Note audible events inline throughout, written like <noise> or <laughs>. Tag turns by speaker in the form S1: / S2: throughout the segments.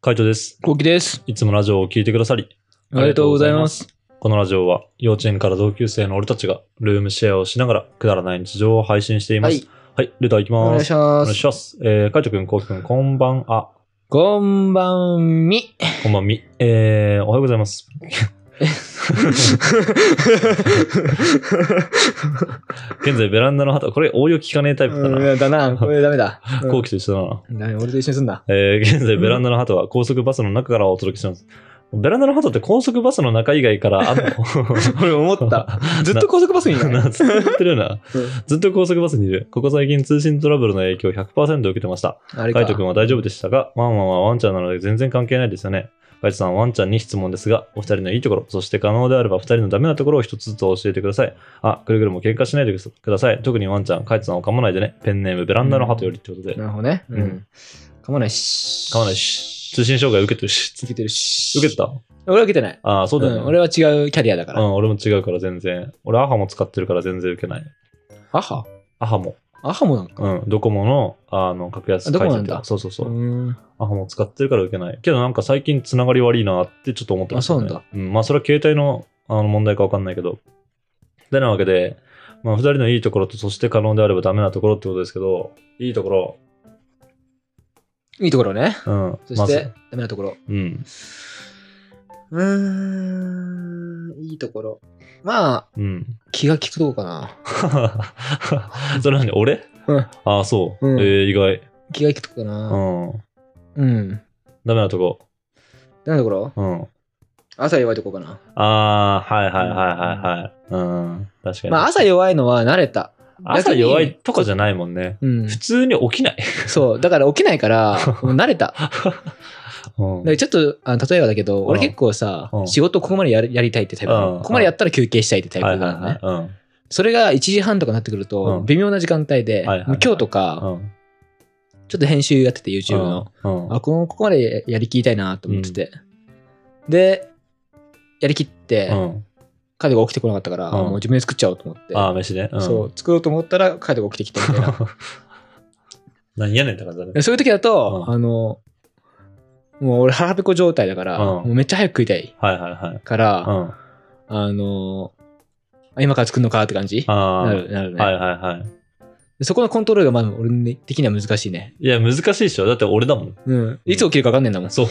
S1: カイトです。
S2: コウキです。
S1: いつもラジオを聞いてくださり、
S2: ありがとうございます。
S1: このラジオは幼稚園から同級生の俺たちがルームシェアをしながらくだらない日常を配信しています。はい、。レターいき
S2: お
S1: ま
S2: 願い
S1: す。
S2: しま
S1: お願い
S2: す。
S1: します。えー、カイトくん、コウキくん、こんばんあ、
S2: こんばんみ。
S1: こんばんみ。えー、おはようございます。現在ベランダの旗、これ応用聞かねえタイプだな。
S2: うんだな、これダメだ。うん
S1: コウキと一緒だな。
S2: ダメ、俺と一緒にすんな。
S1: えー現在ベランダの鳩は高速バスの中からお届けしてます。ベランダの鳩って高速バスの中以外からあんの
S2: 俺思った。ずっと高速バ
S1: <laughs>
S2: スにいる
S1: な
S2: ね。
S1: ずっと言ってるよな。ずっと高速バスにいる。ここ最近通信トラブルの影響を100%受けてました。
S2: あれ
S1: カ
S2: か
S1: イト。君は大丈夫でしたが、ワンワンはワンちゃんなので全然関係ないですよね。カイトさん、ワンちゃんに質問ですが、お二人のいいところ、そして可能であれば二人のダメなところを一つずつ教えてください。あ、くれぐれも喧嘩しないでください。特にワンちゃん、カイトさんを噛まないでね。ペンネーム、ベランダの鳩よりってことで。
S2: なるほどね。
S1: う
S2: うんん。噛まないし。
S1: 噛まないし、通信障害受けてるし。
S2: 受けてるし。
S1: 受けてた
S2: 俺は受けてない。
S1: ああ、そうだよね。
S2: うん俺は違うキャリアだか
S1: う
S2: ら。
S1: ん、俺も違うから全然。俺、アハも使ってるから全然受けない。
S2: アハ
S1: アハも。
S2: アハもなんか。
S1: うん、ドコモの、あの、格安
S2: あドコモなん
S1: て
S2: だ
S1: そうそうそう。
S2: うん
S1: アハも使ってるから受けない。けど、なんか最近つながり悪いなってちょっと思ってます、ね。
S2: あそうなんだ。
S1: ん、まあ、それは携帯のあの問題かわかんないけど。てなわけで、まあ、二人のいいところと、そして可能であればダメなところってことですけど、いいところ、
S2: いいところね。
S1: うん、
S2: そ
S1: ま
S2: し
S1: ず
S2: て、、ダメなところ。
S1: うん、
S2: うーん、いいところ。まあ、
S1: うん。 <laughs>
S2: 気が利くとこかな。
S1: それ何俺
S2: うん
S1: ああ、そう。
S2: うん
S1: えー意外。
S2: 気が利くとこか
S1: う
S2: な。
S1: ん。
S2: うん。
S1: ダメなとこ。
S2: ダメなところ
S1: うん。
S2: 朝弱いとこかな。
S1: ああ、はいはいはいはいはい。うん、確かに。
S2: まあ朝弱いのは慣れた。
S1: 朝
S2: 逆に
S1: 弱いとかじゃないもんね。 <laughs>
S2: うん
S1: 普。通に起きない。
S2: そう。だから起きな
S1: <laughs>
S2: いから、もう慣れた。
S1: うん
S2: でちょっとあの例えばだけど、
S1: うん
S2: 俺結構さ
S1: う、ん
S2: 仕事ここまでやるやりたいってタイプなの
S1: うん
S2: ここまでやったら休憩したいってタイ
S1: はい
S2: プ
S1: は
S2: ないの
S1: はい
S2: ね。。それが1時半とかになってくる
S1: う
S2: と、
S1: ん
S2: 微妙な時間帯で、
S1: はいはいはい
S2: もう今日と
S1: う
S2: か、
S1: ん。うん
S2: ちょっと編集やってて YouTube の、。
S1: うんうん
S2: あこのここまでやりきりたいなと思ってて。で、やりきって、
S1: うん。
S2: カイトが起きてこなかったか
S1: う
S2: ら、
S1: ん
S2: もう自分で作っちゃおうと思って。
S1: ああ、飯ね。ん
S2: そう、作ろうと思ったらカイトが起きてきてみたいな。
S1: <laughs> 何やねんって感じだね
S2: <laughs> で。そういう時だと、
S1: うん
S2: あの、もう俺腹ペコ状態だから、
S1: うん
S2: もうめっちゃ早く食いたい
S1: はいはいはい。
S2: から、
S1: うん。あ
S2: あの、あ今から作るのかって感じ
S1: あ
S2: な
S1: ー。
S2: るなるね、
S1: はいはいはい。
S2: でそこのコントロールがまあ俺的には難しいね。
S1: いや、難しいっしょ。だって俺だもん。
S2: うん。いつ起きるか分かんないんだもん。
S1: そう。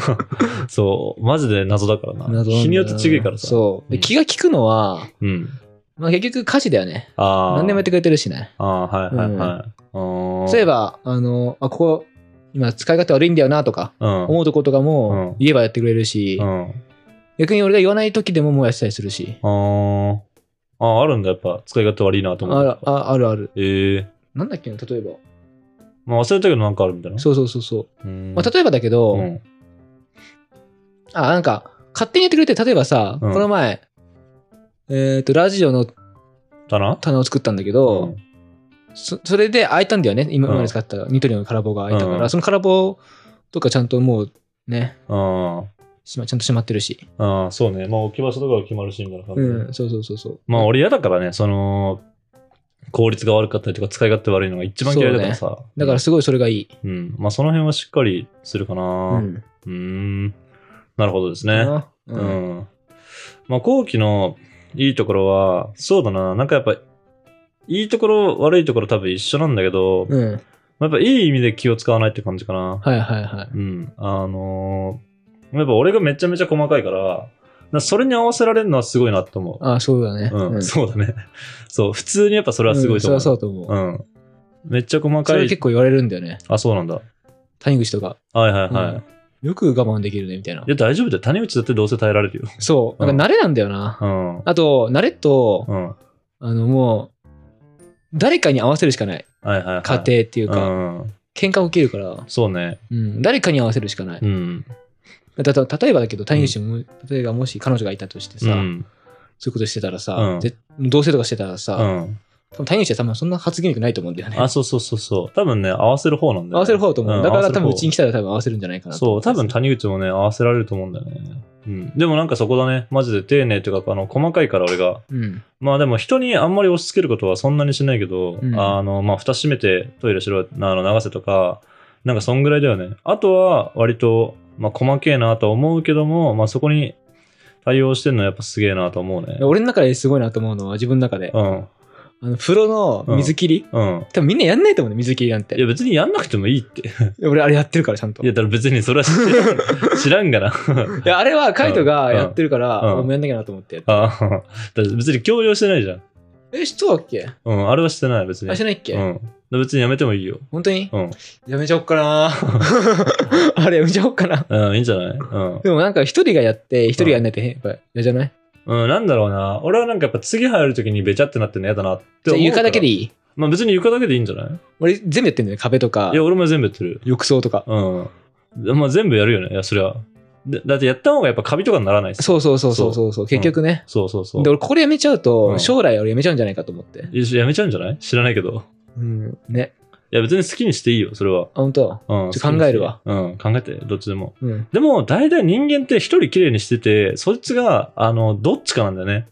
S1: <laughs> そう。マジで謎だからな。
S2: 謎なんだ
S1: 日によって違うからさ。
S2: そう。
S1: う
S2: で
S1: ん
S2: 気が利くのは、
S1: うん。
S2: まあ、結局家事だよね。
S1: ああ。
S2: 何でもやってくれてるしね。
S1: ああ、はいはいはい。
S2: そういえ
S1: ば、
S2: ば、あの、あ、ここ、今使い勝手悪いんだよなとか、
S1: うん。
S2: 思うとことか
S1: うん
S2: も言えばやってくれるし、
S1: うん。
S2: 逆に俺が言わない時でももうやってたりするし。
S1: あーあー、あるんだ、やっぱ。使い勝手悪いなと思っ
S2: ある
S1: て。
S2: ああるある。
S1: ええー。
S2: なんだっけな、例えば。
S1: まあ、忘れたけどなんかあるみたいな。
S2: そうそうそうそう。
S1: うーん。
S2: まあ、例えばだけど、
S1: うん。
S2: あ、なんか、勝手にやってくれて、例えばさ、
S1: うん
S2: この前、えっ、と、ラジオの
S1: だな。
S2: 棚を作ったんだけ
S1: う
S2: ど、
S1: ん。
S2: そそれで開いたんだよね。今
S1: うん
S2: 今まで使ったニトリの空棒が開いたから、
S1: うん
S2: その空棒とかちゃんともうね、
S1: あ
S2: しま、ちゃんと閉まってるし。
S1: ーあー、そうね。まあ、置き場所とかが決まるし、みたいな感じで。
S2: うん、そうそうそうそう。
S1: まあ、俺嫌だからね、その、効率が悪かったりとか、使い勝手悪いのが一番嫌いだからさ。
S2: だから、すごいそれがいい。
S1: うん。まあ、その辺はしっかりするかな。
S2: う。
S1: うんーん。なるほどですね。
S2: う。
S1: うんん。まあ、後期のいいところは、そうだな、なんかやっぱ、いいところ、悪いところ多分一緒なんだけど、ま
S2: うん。
S1: あやっぱいい意味で気を使わないって感じかな。
S2: はいはいはい。
S1: うん。あのーやっぱ俺がめちゃめちゃ細かいから、だからそれに合わせられるのはすごいなと思う。
S2: あ、そうだね。
S1: うん、そうだね。 <laughs> そう、普通にやっぱそれはすごいと思
S2: うん
S1: う。
S2: それはそうだと思う。
S1: うん。めっちゃ細
S2: そ
S1: か
S2: れ
S1: い
S2: 結。構言われるんだよね。
S1: あ、そうなんだ。
S2: 谷口とか。
S1: はいはいはい。
S2: う
S1: い
S2: んよく我慢できるね、みたいな。
S1: や、大丈夫だよ。谷口だってどうせ耐えられるよ。
S2: そう。なんか慣れなんだよな。
S1: うん。
S2: あと、慣れと、
S1: うん。は
S2: あの、もう、誰かに合わせるしかない。
S1: いはいはい。
S2: 家庭っていうか、
S1: うん。
S2: 喧嘩起きるから、
S1: そうね。
S2: うん、誰かに合わせるしかない。
S1: うん。
S2: だた例えばだけど、谷口も、例えばもし彼女がいたとしてさ、
S1: うん。
S2: そういうことしてたらさ、
S1: うん
S2: ぜ同棲とかしてたら
S1: う
S2: さ、
S1: ん。
S2: 多分谷口は多分そんな発言力ないと思うんだよね。
S1: あ、そうそうそうそう。多分ね、合わせる方なんだよ、ね。
S2: 合わせる方だと思う。だから多分うちに
S1: 来
S2: 来たら多分合わせるんじゃないかなと
S1: そ
S2: 思
S1: う、多分谷口もね、合わせられると思うんだよね。うん。でもなんかそこだね。マジで丁寧というか、あの、細かいから俺が。
S2: うん。
S1: まあでも人にあんまり押し付けることはそんなにしないけど、
S2: うん
S1: あの、まあ蓋閉めてトイレしろ、あの流せとか、なんかそんぐらいだよね。あとは割と、まあ、細けえなとは思うけども、まあ、そこに対応してるのはやっぱすげえなと思うね。
S2: 俺の中ですごいなと思うのは自分の中で、
S1: うん。
S2: あの風呂の水切り、
S1: うん。
S2: 多分みんなやんないと思うね、水切りなん
S1: いや
S2: て。
S1: 別にやんなくてもいいって。
S2: 俺あれやってるから、ちゃんと。
S1: いや、
S2: い
S1: だから別にそれは知らん知らんがな。
S2: や、あれはカイトがやってるか
S1: うんう
S2: ら、
S1: ん
S2: 俺もやんなきゃなと思ってやって。
S1: ああ、だから別に強要してないじゃん。
S2: え、そうだっけ
S1: うん、あれはしてない、別に。
S2: あ、してないっけ、
S1: うん。だから別にやめてもいいよ。
S2: 本当に
S1: うん。
S2: やめちゃおっ
S1: <laughs>
S2: かなあれやめちゃおっかな
S1: うん、いいんじゃないうん。
S2: でもなんか一人がやって、一人がやんないってやっぱ嫌じゃない
S1: うん、なんだろうな。俺はなんかやっぱ次入るときにべちゃってなってんの嫌だなって
S2: じゃあ
S1: 思う
S2: 床だけで
S1: いい
S2: いい
S1: まあ別に床だけでいいんじゃない
S2: 俺全部やってんだよね、壁とか
S1: いや、、俺も全部やってる。
S2: 浴槽とか。
S1: うん。まあ全部やるよね。いや、そりゃ。でだってやった方がやっぱカビとかにならないっす
S2: そうそうそうそうそうそう、結局ね。
S1: そうそうそう
S2: で、。俺これやめちゃう
S1: う
S2: と、
S1: ん
S2: 将来俺やめちゃうんじゃないかと思って。
S1: いややめちゃうんじゃない知らないけど。
S2: うん、ね。
S1: いや、別に好きにしていいよ、それは。
S2: あ本当。
S1: うん。
S2: ちょっと考えるわ
S1: 好きにして。うん、考えて、どっちでも。
S2: うん。
S1: でも、大体人間って一人綺麗にしてて、そいつが、あの、どっちかなんだよね。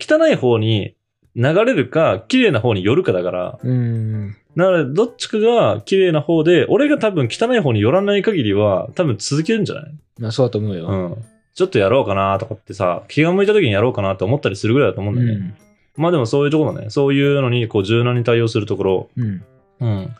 S1: 汚い方に流れるか、綺麗な方に寄るかだから。
S2: うん。
S1: なので、どっちかが綺麗な方で、俺が多分汚い方に寄らない限りは、多分続けるんじゃない
S2: まあそうだと思うよ。
S1: うん。ちょっとやろうかなとかってさ、気が向いた時にやろうかなって思ったりするぐらいだと思うんだよね。まあでもそういうところだね。そういうのにこう柔軟に対応するところ。
S2: うん。うん。
S1: うん。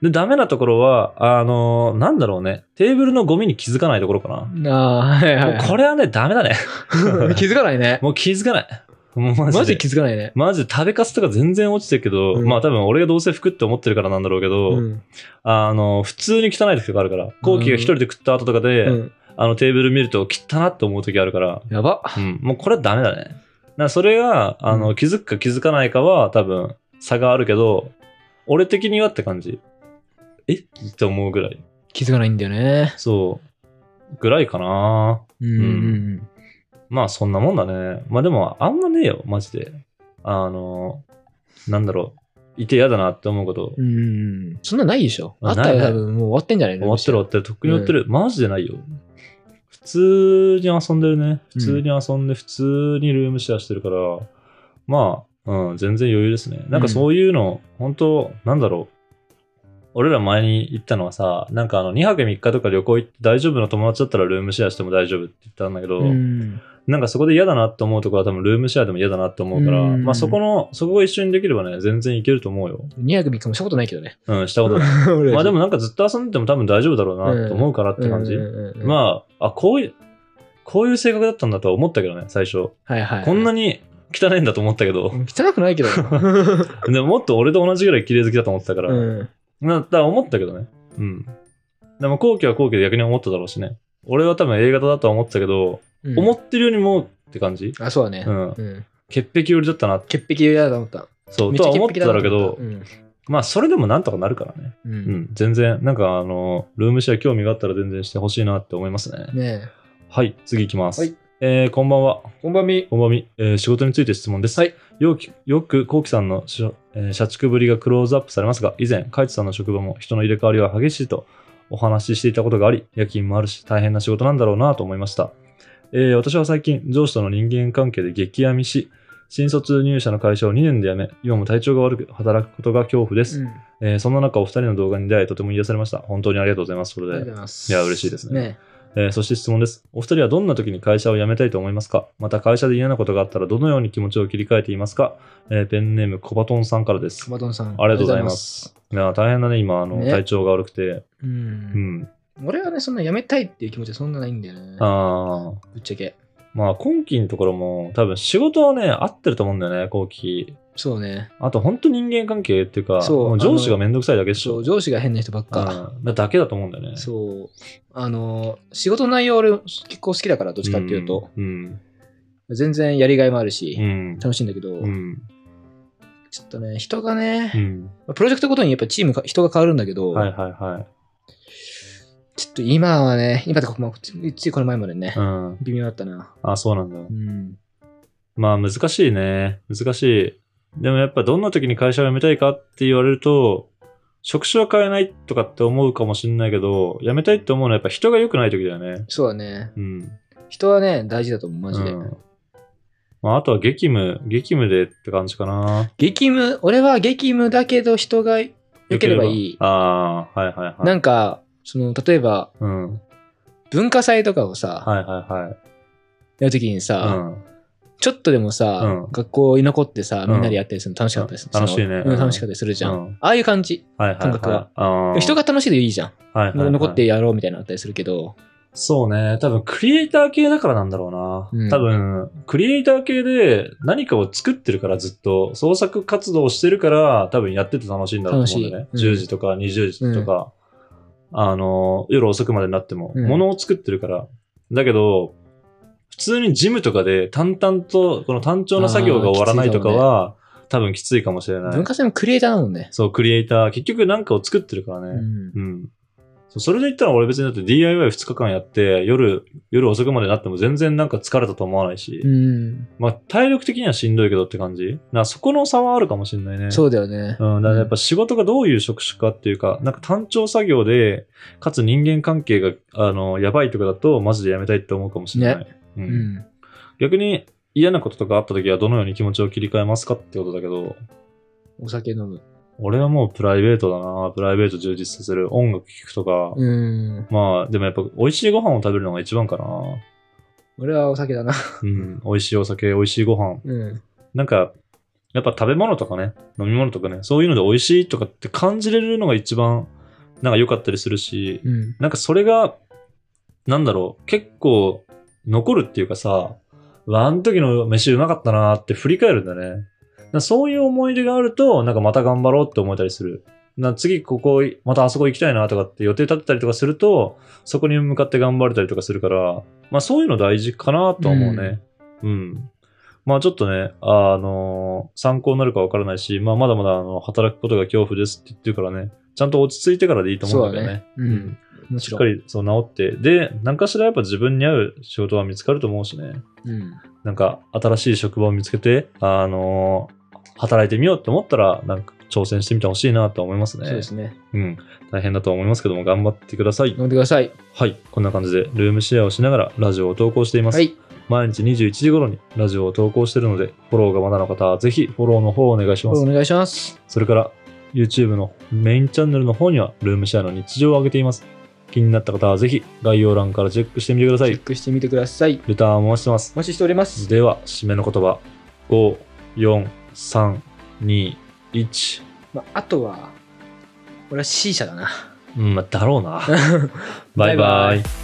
S1: で、ダメなところは、あのーなんだろうね。テーブルのゴミに気づかないところかな。
S2: ああ、はいはい
S1: もう
S2: はい。
S1: これはね、ダメだね。
S2: <laughs> 気づかないね。
S1: もう気づかない。もうマジで。
S2: マジで気づかないね。
S1: マジで食べかすとか全然落ちてるけど、
S2: うん
S1: まあ多分俺がどうせ服って思ってるからなんだろうけど、
S2: うん。
S1: あの、普通に汚い時とかあるから、後期が一人で食った後とかで、
S2: うん
S1: あのテーブル見ると汚っと思う時あるから、
S2: やば。
S1: うん、もうこれはダメだね。なそれがあの、
S2: う
S1: 気づくか気づかないかは多分差があるけど、俺的にはって感じ。えって思うぐらい。
S2: 気づかないんだよね。
S1: そう。ぐらいかな。
S2: うんうん
S1: まあそんなもんだね。まあでもあんまねえよ、マジで。あの、なんだろう。いて嫌だなって思うこと。
S2: うん。うんうんうん。そんなないでしょ。
S1: あ
S2: あった
S1: ない
S2: ら
S1: ない
S2: 多分もう終わってんじゃないの
S1: 終わってる終わってる。とっくに終わってる。マジでないよ。普通に遊んでるね。普通に遊んで、普通にルームシェアしてるから、まあ、うん、全然余裕ですね。なんかそういうの、本当なんだろう。俺ら前に行ったのはさ、なんかあの2泊3日とか旅行行って大丈夫な友達だったらルームシェアしても大丈夫って言ったんだけど、
S2: うん。
S1: なんかそこで嫌だなって思うところは多分ルームシェアでも嫌だなって思うから、
S2: うん
S1: まあそこの、そこが一緒にできればね、全然いけると思うよ。
S2: 2泊3日もしたことないけどね。
S1: うん、したことない。 <laughs>
S2: <laughs>
S1: まあでもなんかずっと遊んでても多分大丈夫だろうなと思うからって感じ。
S2: あ、
S1: まあ、あ、こういう、こういう性格だったんだとは思ったけどね、最初。
S2: はいはい。
S1: こんなに
S2: に。
S1: 汚いんだと思ったけ
S2: <laughs>
S1: ど、
S2: 汚く
S1: <laughs>
S2: ないけど。
S1: でももっと俺と同じぐらい綺麗好きだと思ってたから、
S2: うん。
S1: なだから思ったけどね。うん。でも後期は後期で逆に思っただろうしね。俺は多分 A 型だとは思ってたけど、
S2: うん
S1: 思ってるよりもって感じ。
S2: あ、そうだね
S1: う。ん。
S2: うん。
S1: 潔癖寄りだったな、
S2: 潔癖だと思った。
S1: そう、
S2: めっ
S1: と
S2: ち
S1: は
S2: ゃ
S1: 思っ
S2: 潔
S1: て
S2: 癖だ
S1: た
S2: な
S1: だろうけ
S2: と思
S1: ど
S2: った、うん
S1: まあそれでもなんとかなるからね。
S2: う。
S1: うんん、全然、なんかあの、ルームシェア興味があったら全然してほしいなって思いますね。
S2: ねえ。
S1: はい、次行きます。
S2: はい
S1: えーこんばんは。
S2: こんばんみ。
S1: こんばんみ、えー仕事について質問です。
S2: はい
S1: よきよく、こうきさんのしょ、えー社畜ぶりがクローズアップされますが、以前、かいつさんの職場も人の入れ替わりは激しいとお話ししていたことがあり、夜勤もあるし、大変な仕事なんだろうなと思いました。えー私は最近、上司との人間関係で激病みし、新卒入社の会社を2年で辞め、今も体調が悪く働くことが恐怖です。
S2: うん
S1: えーそんな中、お二人の動画に出会い、とても癒されました。本当にありがとうございます。それ
S2: ありが
S1: で
S2: とうございます。
S1: いや嬉しいですね
S2: ね
S1: えーそして質問です。お二人はどんな時に会社を辞めたいと思いますかまた会社で嫌なことがあったらどのように気持ちを切り替えていますか、えーペンネームコバトンさんからで
S2: え。ト
S1: す。
S2: マトンさん。
S1: ありがとうございまいやー大変だね、今、あの、
S2: ね
S1: 体調が悪くて。
S2: ありがとうございます。う。
S1: うんん。
S2: 俺はね、そんな辞めたいっていう気持ちはそんなないんだよね。
S1: ああ。
S2: ぶっちゃけ。
S1: まあ、今期のところも、多分仕事はね、合ってると思うんだよね、後期。
S2: そうね。
S1: あと、本当人間関係っていうか、
S2: そう
S1: もう上司がめんどくさいだけでし
S2: そ
S1: ょ
S2: う、。上司が変な人ばっか。
S1: うんだだけだと思うんだよね。
S2: そう。あの、仕事の内容俺結構好きだから、どっちかっていうと。
S1: うん。
S2: 全然やりがいもある
S1: う
S2: し、
S1: ん。
S2: 楽しいんだけど
S1: う、ん。
S2: ちょっとね、人が
S1: う
S2: ね、
S1: ん。
S2: プロジェクトごとにやっぱチームか、人が変わるんだけど、
S1: はいはいはい。
S2: ちょっと今はね、今でこ、まあついついこの前までね
S1: う、ん。
S2: 微妙だったな。
S1: あ、そうなんだ。
S2: うん。
S1: まあ難しいね。難しい。でもやっぱどんな時に会社を辞めたいかって言われると、職種は変えないとかって思うかもしれないけど、辞めたいって思うのはやっぱ人が良くない時だよね。
S2: そうだね。
S1: うん。
S2: 人はね、大事だと思う、マジで。
S1: うんまあ、あとは激務、激務でって感じかな。
S2: 激務、俺は激務だけど人が良ければいい。
S1: ああ、はいはいはい。
S2: なんか、その、例えば、
S1: うん。はい
S2: 文化祭とかをさ、
S1: はいはい。
S2: やるときに
S1: う
S2: さ、
S1: ん。
S2: ちょっとでもさ、
S1: うん
S2: 学校に残ってさ、
S1: うん
S2: みんなでやったりするの楽しかったりする、
S1: うん楽しいね
S2: そのう
S1: うん
S2: ん楽しかったりするじゃん。
S1: うん
S2: ああいう感じ。
S1: はいはい
S2: 感覚
S1: は
S2: が
S1: い。あー
S2: 人、が楽しいでいいじゃん。
S1: はいはいはい
S2: 残ってやろうみたいなのあったりするけど、
S1: そうね。多分、クリエイター系だからなんだろうな。
S2: うん
S1: 多分、クリエイター系で何かを作ってるからずっと、創作活動をしてるから、多分やってて楽しいんだろうと思うんだよね。
S2: 楽しいうん
S1: 10時とか20時とか、あの、夜遅くまでになっても、
S2: うん
S1: 物を作ってるから。だけど、普通にジムとかで淡々と、この単調な作業が終わらないとかは、多分きついかもしれな
S2: 文
S1: い。
S2: 化祭もクリエイターなのね。
S1: そう、クリエイター、結局何かを作ってるからね。
S2: うん
S1: うん。そうそれで言ったら俺別にだって DIY2 日間やって、夜、夜遅くまでなっても全然なんか疲れたと思わないし、
S2: うん。
S1: まあ体力的にはしんどいけどって感じ。なそこの差はあるかもしれないね。
S2: そうだよね。
S1: うん、だからやっぱ仕事がどういう職種かっていうか、なんか単調作業で、かつ人間関係が、あの、やばいとかだと、マジでやめたいって思うかもしれない。う
S2: うんん。
S1: 逆に嫌なこととかあった時はどのように気持ちを切り替えますかってことだけど、
S2: お酒飲む。
S1: 俺はもうプライベートだなプライベート充実させる。音楽聴くとか、
S2: うん。
S1: まあ、でもやっぱ、美味しいご飯を食べるのが一番かな。
S2: 俺はお酒だな。 <laughs>
S1: うん、美味しいお酒、美味しいご飯。
S2: うん。
S1: なんか、やっぱ食べ物とかね、飲み物とかね、そういうので美味しいとかって感じれるのが一番、なんか良かったりするし、
S2: うん。
S1: なんかそれが、なんだろう、結構残るっていうかさ、うわあの時の飯うまかったなーって振り返るんだね。なんかそういう思い出があると、なんかまた頑張ろうって思えたりする。なんか次ここ、またあそこ行きたいなとかって予定立てたりとかすると、そこに向かって頑張れたりとかするから、まあそういうの大事かなとは思うね。うん。まあちょっとね、あの参考になるかわからないし、まあまだまだあの働くことが恐怖ですって言ってるからね、ちゃんと落ち着いてからでいいと思うんだけどね。
S2: そうだねうんもち
S1: しっ
S2: ろ
S1: か
S2: ん。
S1: りそう治って、で、何かしらやっぱ自分に合う仕事は見つかると思うしね、
S2: うん。
S1: なんか新しい職場を見つけて、あのー働いてみようって思ったら、なんか挑戦してみてほしいなと思いますね。
S2: そうですね。
S1: うん。大変だと思いますけども、頑張ってください。
S2: 飲んでください。
S1: はい。こんな感じで、ルームシェアをしながらラジオを投稿しています。
S2: はい。
S1: 毎日21時頃にラジオを投稿しているので、フォローがまだの方は、ぜひフォローの方をお願いし
S2: フォ
S1: ま
S2: ロ
S1: す
S2: ー。お願いします。
S1: それから、YouTube のメインチャンネルの方には、ルームシェアの日常を上げています。気になった方は、ぜひ概要欄からチェックしてみてくだ
S2: チ
S1: さ
S2: ェ
S1: い
S2: ッ。クしてみてください。
S1: レターもしてます。
S2: お待ちしております。
S1: では、締めの言葉。5、4、3、2、1。
S2: まあ、あとは、俺は C 社だな。
S1: うん、まあだろうな。バイバイ。
S2: バイバイ